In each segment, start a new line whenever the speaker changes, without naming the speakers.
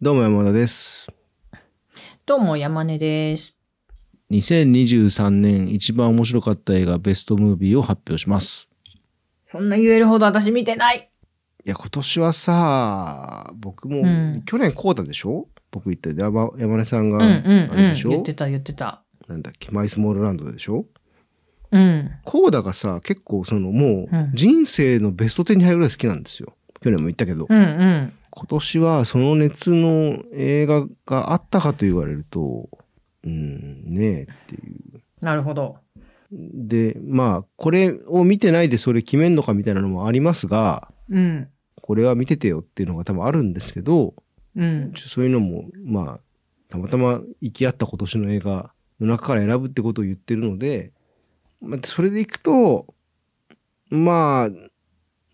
どうも山田です。
どうも、山根です。
2023年一番面白かった映画ベストムービーを発表します。
そんな言えるほど私見てない。
いや、今年はさ、僕も、
うん
去年こうたでしょ僕言って、山山根さんが、
うんうん
あれ
う
で
ん。
しょ
言ってた言ってた。
なんだっけ、マイスモールランドでしょ
うん。
コーダがさ、結構そのも
うん
う人生のベスト10に入るぐらい好きなんですよ。去年も言ったけど、
うんうん。
今年はその熱の映画があったかと言われると、うん、ねえっていう。
なるほど。
で、まあ、これを見てないでそれ決めんのかみたいなのもありますが、
うん。
これは見ててよっていうのが多分あるんですけど、
うん。
ちょそういうのも、まあ、たまたま行き合った今年の映画の中から選ぶってことを言ってるので、まあ、それでいくと、まあ、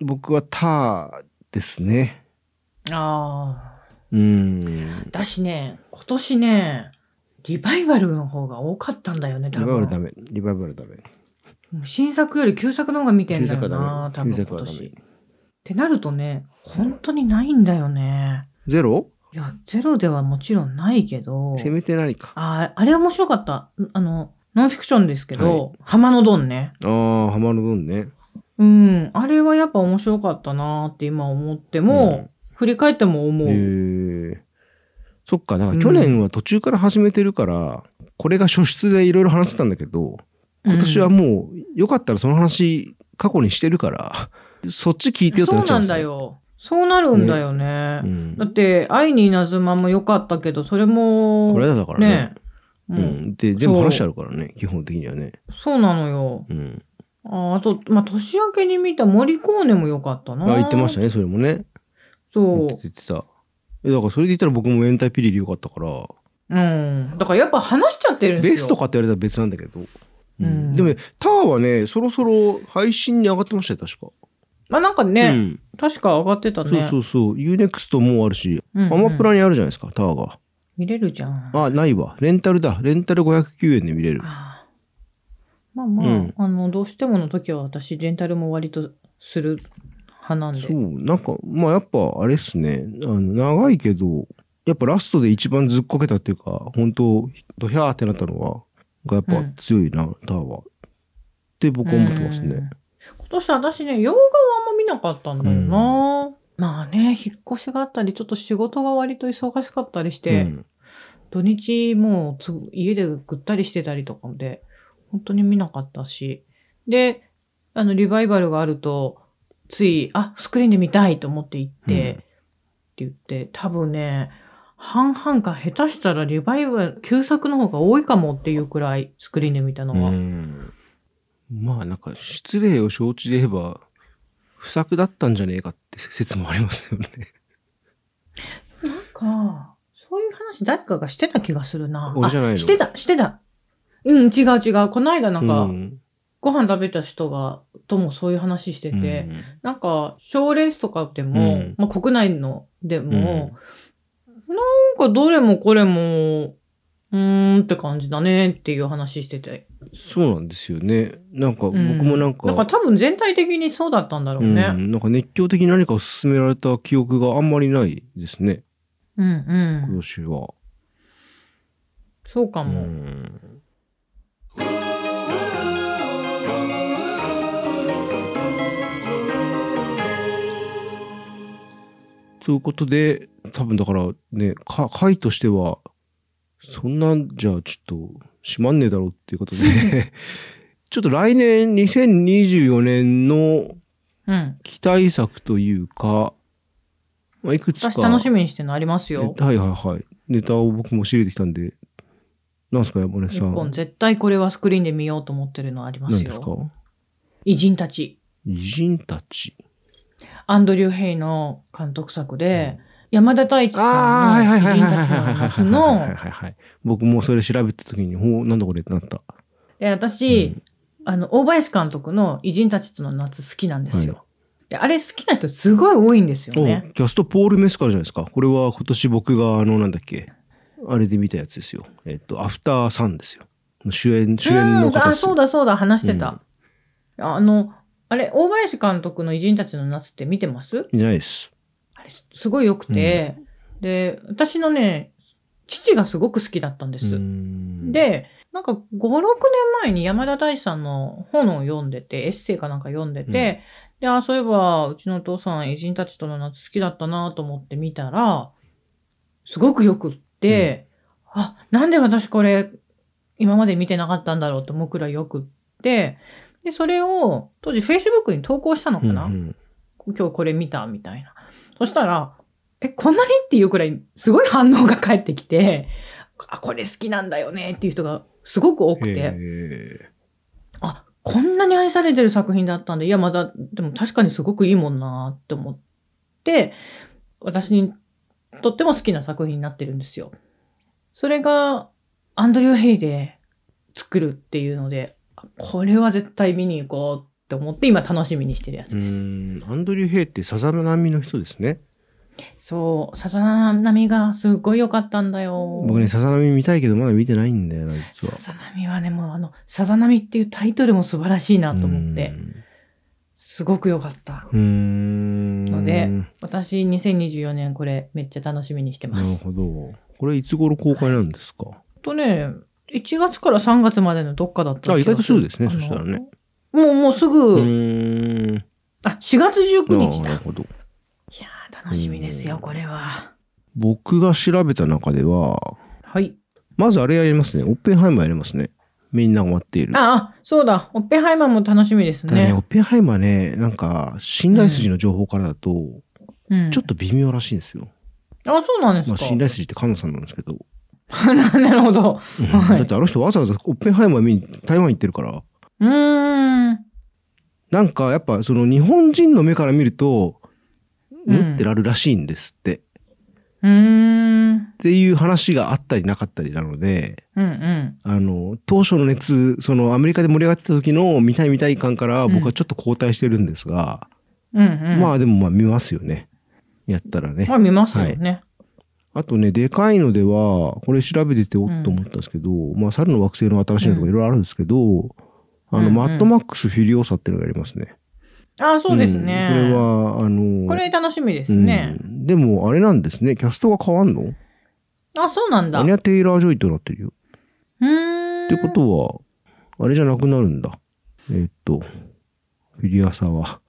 僕はターですね。
ああ。
うん。
私ね、今年ね、リバイバルの方が多かったんだよね、多
リバイバルダ
分。
メ。リバイバルダメ。
もう新作より旧作の方が見てんだよ
旧作は
な、
ダ
多
メ
分
旧作
今
はダメ
年。ってなるとね、本当にないんだよね。
ゼロ
いや、ゼロではもちろんないけど。
せめて何か。あ
ああれ面白かった。あの、ノンフィクションですけど、浜のドンね。
あー、ハマる分ね。
うん。あれはやっぱ面白かったなーって今思っても、振り返っても思う。
へえそっか、だから去年は途中から始めてるから、これが初出でいろいろ話してたんだけど、今年は
うん
もう、よかったらその話、過去にしてるから、そっち聞いてよって
そ
なっ
う
ちゃ
な
うん
ん
です
だよ。そうなるんだよね。
うん
だって、愛に稲妻も良かったけど、それも、
これだからね
ね
う。
うんん、
で、全部話してあるからね、基本的にはね。
そうなのよ。
うん。
ああと、まあ、年明けに見たモリコーネも良かったな。
あ、言ってました
ね。
ね、それもね。言
そ
ってた言ってた。えだからそれで言ったら僕もエンタイピリリよかったから、
う。うん。だからやっぱ話しちゃってるんですよ。
ベストかって言われたら別なんだけど。う
うん
ん、でもね、ターはね、そろそろ配信に上がってましたよ、確か。
まあ、なんか
う
ね、
ん。
確か上がってたね。
そうそうそう。UNEXT もあるし、
うんうん
アマプラにあるじゃないですか、タワーが。
見れるじゃん。
あ、ないわ。レンタルだ。レンタル509円で見れる。
ああまあまあ、
うん
あの、どうしてもの時は私、レンタルも割とする派なんで。
そう。なんか、まあやっぱ、あれっすね。あの、長いけど、やっぱラストで一番ずっこけたっていうか、本当ドヒャーってなったのは、がやっぱ強いな、タワー。って僕は思ってます
うん
ね。
今年私ね、洋画はあんま見なかったんだよな。まあね、引っ越しがあったり、ちょっと仕事が割と忙しかったりして、
うん
土日もうつ家でぐったりしてたりとかで、本当に見なかったし。で、あの、リバイバルがあると、つい、あ、スクリーンで見たいと思って行って、
うん
って言って、多分ね、半々か下手したらリバイバル、旧作の方が多いかもっていうくらいスクリーンで見たの
う
は。
んまあなんか、失礼を承知で言えば、不作だったんじゃねえかって説もありますよね。
なんか、そういう話誰かがしてた気がするな。
俺じゃないの
あしてた、してた。うん、違う違う。この間なんか、
うん
ご飯食べた人が、ともそういう話してて、
うん
なんか、賞レースとかでも、
うん
まあ国内のでも、なんかどれもこれも、うーんって感じだねっていう話してて。
そうなんですよね。なんか僕
うん
もなんか、
なんか多分全体的にそうだったんだろ
う
うんね。
なんか熱狂的に何かを勧められた記憶があんまりないですね、
うん、うん、
今年は。
そうか
う
も。
んということで、多分だからね、か回としては、そんなんじゃちょっとしまんねえだろうっていうこと で、ちょっと来年2024年の
うん。
期待作というか、まあ、いくつか。
私楽しみにしてるのありますよ。
はいはいはい。ネタを僕も仕入れてきたんで、なんすか山根
日
さん。
本絶対これはスクリーンで見ようと思ってるのありま
何
す
ですか
よ。偉人たち。
偉人たち。
アンドリュー・ヘイの監督作で、山田太一
あ
さ
ー
んの偉人たちの
は
夏
いはい
の、
はいはい。僕もそれ調べた時に、ほう、なんだこれってなった。
で、私、あの、大林監督の偉人たちとの夏好きなんですよ。
は
で、あれ好きな人すごい多いんですよ
うん
ね。
おキャストポール・メスカルじゃないですか。これは今年僕が、あの、なんだっけ、あれで見たやつですよ。えっと、アフターサンですよ。主演、主演の
うん
方
あ、
です
そう
だ。
だそうだ、話してた。あの、あれ、大林監督の偉人たちの夏って見てます
じゃないです。
あれ、すごい良くて、で、私のね、父がすごく好きだったんです。
ん、
で、なんか5、6年前に山田大志さんの本を読んでて、エッセイかなんか読んでて、
うん
で、あ、そういえば、うちのお父さん偉人たちとの夏好きだったなと思って見たら、すごくよくって、あ、なんで私これ、今まで見てなかったんだろうと思うくらいよくって、で、それを当時 Facebook に投稿したのかな、
うん
今日これ見たみたいな。そしたら、え、こんなにっていうくらい、すごい反応が返ってきて、あ、これ好きなんだよねっていう人がすごく多
う
く
ん、
て、
へ
あ、こんなに愛されてる作品だったんで、いや、まだ、でも確かにすごくいいもんなって思って、私にとっても好きな作品になってるんですよ。それが、アンドリュー・ヘイで作るっていうので、あこれは絶対見に行こうって思って、今楽しみにしてるや
ーう
つです。
んアンドリュー・ヘイってさざ波の人ですね。
そう、さざ波がすごい良かったんだよ。
僕ね、さざ波見たいけどまだ見てないんだよな、実
さ
は。
ざ波はね、もうあの、さざ波っていうタイトルも素晴らしいなと思って、すごく良かった。
うーん。
ので
な
私、2024年これめっちゃ楽しみにしてま
る
す。
ほど。これいつ頃公開なんですか
とね、1月から3月までのどっかだった
あ意外とすぐですね
あ
そ
の
したらね。
もう、もうす
う
ぐ、
ーん。
あ、4月
あ
19日
ー
だ。
ないるほど。
やー、楽しみですよ、
うん
これは。
僕が調べた中では、
はい。
まずあれやりますね。オッペンハイマーやりますね。みんなが待っている。
あ、あそうだ、オッペンハイマーも楽しみです
ただね、
ね。
オッペンハイマーね、なんか、信頼筋の情報からだと、
うん、
ちょっと微妙らしいんですよ。
あ、そうなんです
まあ、
か。
信頼筋って菅野さんなんですけど。
なるほど。はい
だってあの人わざわざオッペンハイマー見に台湾行ってるから、
うーん。
なんかやっぱその日本人の目から見ると、
うん
持ってらるらしいんですって。っ
うーん。
ていう話があったりなかったりなので、
うんうん。
あの、当初の熱、そのアメリカで盛り上がってた時の見たい見たい感から僕はちょっと後退してるんですが、
うんうん。
まあでもまあ見ますよね。やったらね。
まあ見ますよね。
あとね、でかいのでは、これ調べてておっと思ったんですけど、まあ、猿の惑星の新しいのとかいろいろあるんですけど、あ
うん
の、
うん
マッドマックスフィリオーサっていうのがありますね。
あそうですね。
んこれ。は、あの、
これ楽しみですね。
うんでも、あれなんですね、キャストが変わんの
あ、そうなんだ。
ア
う
ニャ・テイラー・ジョイとなってるよ。
ーん。
ってことは、あれじゃなくなるんだ。えーっと、フィリアサは。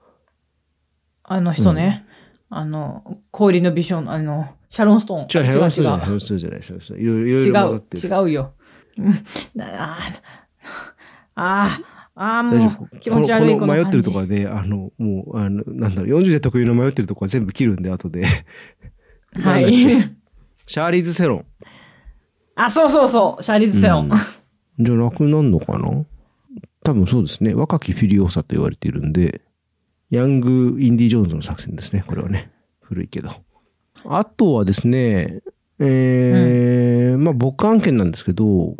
あの人ね。あの、氷の美少女、あの、シャロンストーン。
違う、違う、違う、
違
違う、そうじゃない、そうそういろいろ、いろいろ混ざっ
う。
て
違
る。
う。違うよ。うんなあー、あー、あ
大
ー
丈
も
夫
う気持ち悪い。
このこの迷ってると
こ
かで、あの、もう、あの、なんだろう、40で特有の迷ってるとこは全部切るんで、後 で。な
の感じ
んだ
はい。
シャーリーズ・セロン。
あ、そうそうそう。シャーリーズ・セロン。
うんじゃあ、楽になんのかな多分そうですね。若きフィリオーサと言われているんで、ヤング・インディ・ジョーンズの作戦ですね。これはね。古いけど。あとはですね、えーまあ、僕案件なんですけど、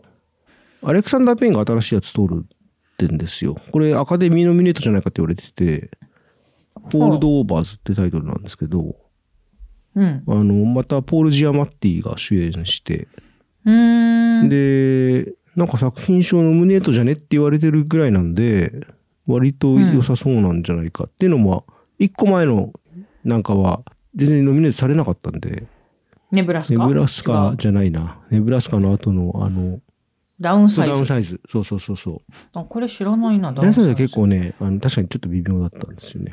アレクサンダー・ペインが新しいやつ通るってんですよ。これ、アカデミーノミネートじゃないかって言われてて、ホールド・オーバーズってタイトルなんですけど、
うん。
あの、また、ポール・ジアマッティが主演して、
うーん。
で、なんか作品賞ノミネートじゃねって言われてるぐらいなんで、割と良さそうなんじゃないかっていうのも、一個前のなんかは全然ノミネートされなかったんで、
ネブラス
ネ
カ。
ブラス
違
カ
う
じゃないな。ネブラスカの後のあの、
ダウン
そ
サ
う
イ
ダウン
ズ。
サイズ。そうそうそうそう。
あ、これ知らないな、
ダウンサイズは結
う
構ね、あの確かにちょっと微妙だったんですよね。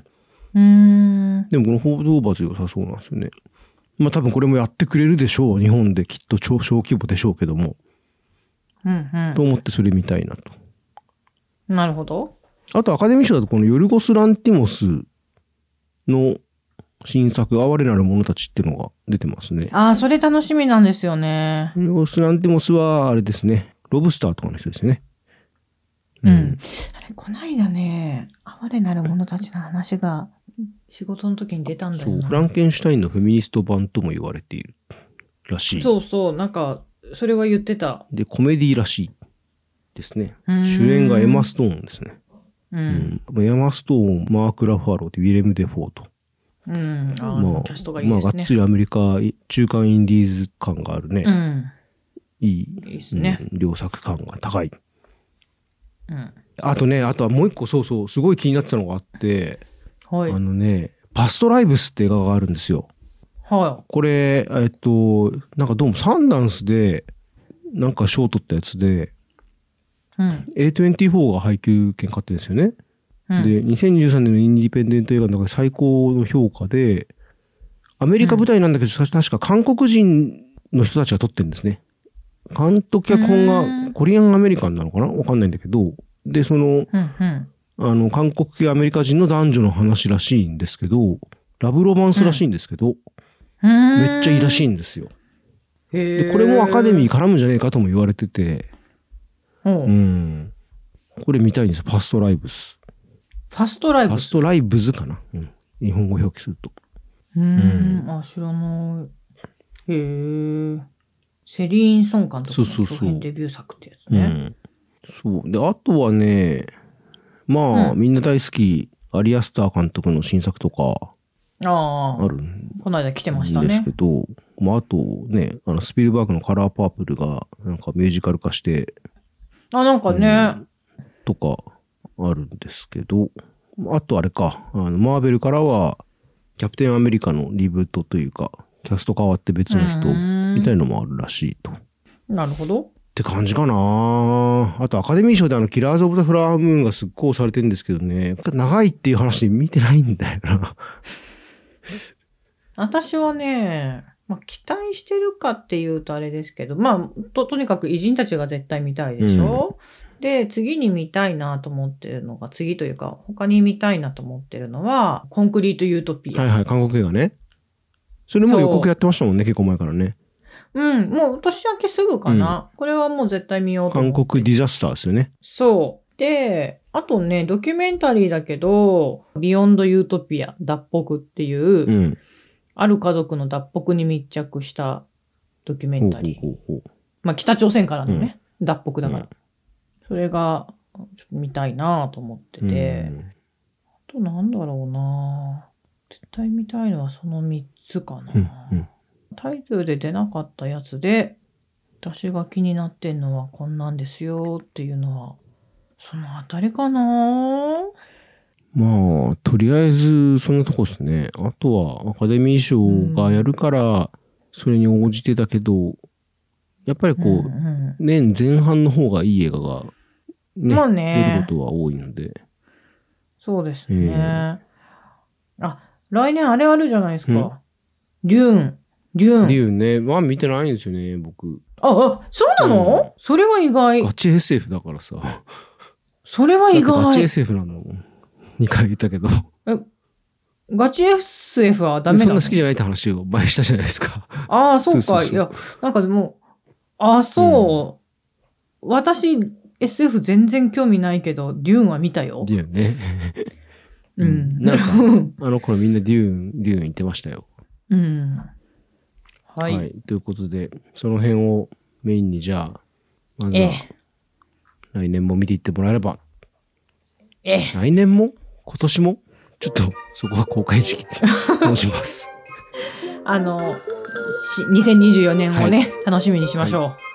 ーん。
でもこの報道バズ良さそうなんですよね。まあ多分これもやってくれるでしょう。日本できっと超小規模でしょうけども。
うん
と思ってそれ見たいなと。
うん。なるほど。
あとアカデミー賞だとこのヨルゴス・ランティモスの新作、哀れなる者たちっていうのが出てますね。
ああ、それ楽しみなんですよね。
ヨルゴス・ランティモスはあれですね、ロブスターとかの人ですよね。
うん。あれ、こないだね、哀れなる者たちの話が仕事の時に出たんだ
そ
よ
う、
な。
フランケンシュタインのフェミニスト版とも言われているらしい。
そうそうなんか、それは言ってた。
で、コメディらしいですね。
うーん
主演がエマ・ストーンですね。
う。
うんん。エマ・ストーン、マーク・ラファローでウィレム・デフォーと。
うん。あー
まあ
キャストがいい
まあ、
で
がっ
すね
つ。りアメリカ、中間インディーズ感があるね。
うん。
いい
いいですね。
うん両作感が高い。
うん。
あとね、あとはもう一個そうそう、すごい気になってたのがあって、
はい
あ。のね、パストライブスって映画があるんですよ。
は
これ、えっと、なんかどうもサンダンスで、なんか賞を取ったやつで、
い。うん。
A24 が配給権買ってるんですよね。
うん、
で、2013年のインディペンデント映画の中で最高の評価で、アメリカ舞台なんだけど、確か韓国人の人たちが撮ってるんですね。監督脚本
う
が
ん
コリアンアメリカンなのかなわかんないんだけど、で、その、
うん、うん。
あの、韓国系アメリカ人の男女の話らしいんですけど、ラブロマンスらしいんですけど、
うん
めっちゃいいらしいんですよ。
へ
で、これもアカデミ
ー。
ー絡むんじゃねえかとも言われてて、
ほう
うん。これ見たいんですよ。ファストライブス。
ファストライ
フ
ブ
ァ
ス。
ストライブズかな。うん。日本語表記すると。
うーん。あ、知らない。へえ。セリーン・ソン監督
そう
の
そうそう
長編デビュー作ってやつ
う
ね。
ん。そう。で、あとはね、まあ、
うん
みんな大好き、アリアスター監督の新作とか
あ
あ
あ、
るん
この間来てました
です
ね
け。ど、まあ、あとね、あの、スピルバーグのカラーパープルが、なんかミュージカル化して、
あ、なんかね。
とか、あるんですけど、あとあれか、あの、マーベルからは、キャプテンアメリカのリブートというか、キャスト変わって別の人、みたいのもあるらしいと。
なるほど。
って感じかなあとアカデミー賞であの、キラーズ・オブ・ザ・フラワームーンがすっごい押されてるんですけどね、長いっていう話で見てないんだよな。
私はね、まあ、期待してるかっていうとあれですけど、まあ、と、とにかく偉人たちが絶対見たいでしょ、で、次に見たいなと思ってるのが、次というか、他に見たいなと思ってるのは、コンクリート・ユートピア。
はいはい、韓国映画ね。それも予告やってましたもんね、結構前からね。
うん、もう年明けすぐかな、これはもう絶対見ようと思
韓
う。
国ディザスターですよね。
そう。で、あとね、ドキュメンタリーだけど、ビヨンド・ユートピア、脱北っていう、
うん。
ある家族の脱北に密着したドキュメ
ほ
ン
う
タリー。
ほうほうほ
まあ、北朝鮮からのね、脱北だから。それが、ちょっと見たいなと思って
う。
て、
うん
あとなんだろうな絶対見たいのはその3つかな、
うんうん
タイトルで出なかったやつで、私が気になってんのはこんなんですよっていうのは、そのあたりかな
まあ、とりあえず、そんなとこですね。あとは、アカデミー賞がやるから、それに応じてだけど、やっぱりこう、
うんう
年前半の方がいい映画が、
ん
ね、
まあ
出る
ね
こ、とは多いので。
そうですね。
え
あ、来年あれあるじゃないです
うん
か。デューン、デューン。
理由ね、まあ見てないんですよね、僕。
あ、あ、そうなの、それは意外
ガ。チ SF だからさ。
それは
だっ
意
てガチ
外。
SF なの。2回言ったけど。
ガチ SF はダメ
そ
なん
な
の
好きじゃないって話を倍したじゃないです か。
ああ、そうか。
そうそうそう
いや、なんかでも、ああ、そう。私、SF 全然興味ないけど、デューンは見たよ。
デューンね。
う
うん
ん。
なんあの頃みんなデューン、デューン言ってましたよ。
うん。はい。
ということで、その辺をメインにじゃあ、まず
え
は
え、
来年も見ていってもらえれば、
ええ、
来年も今年もちょっとそこは公開時期って申します。
あの、し2024年をね、楽しみにしましょう。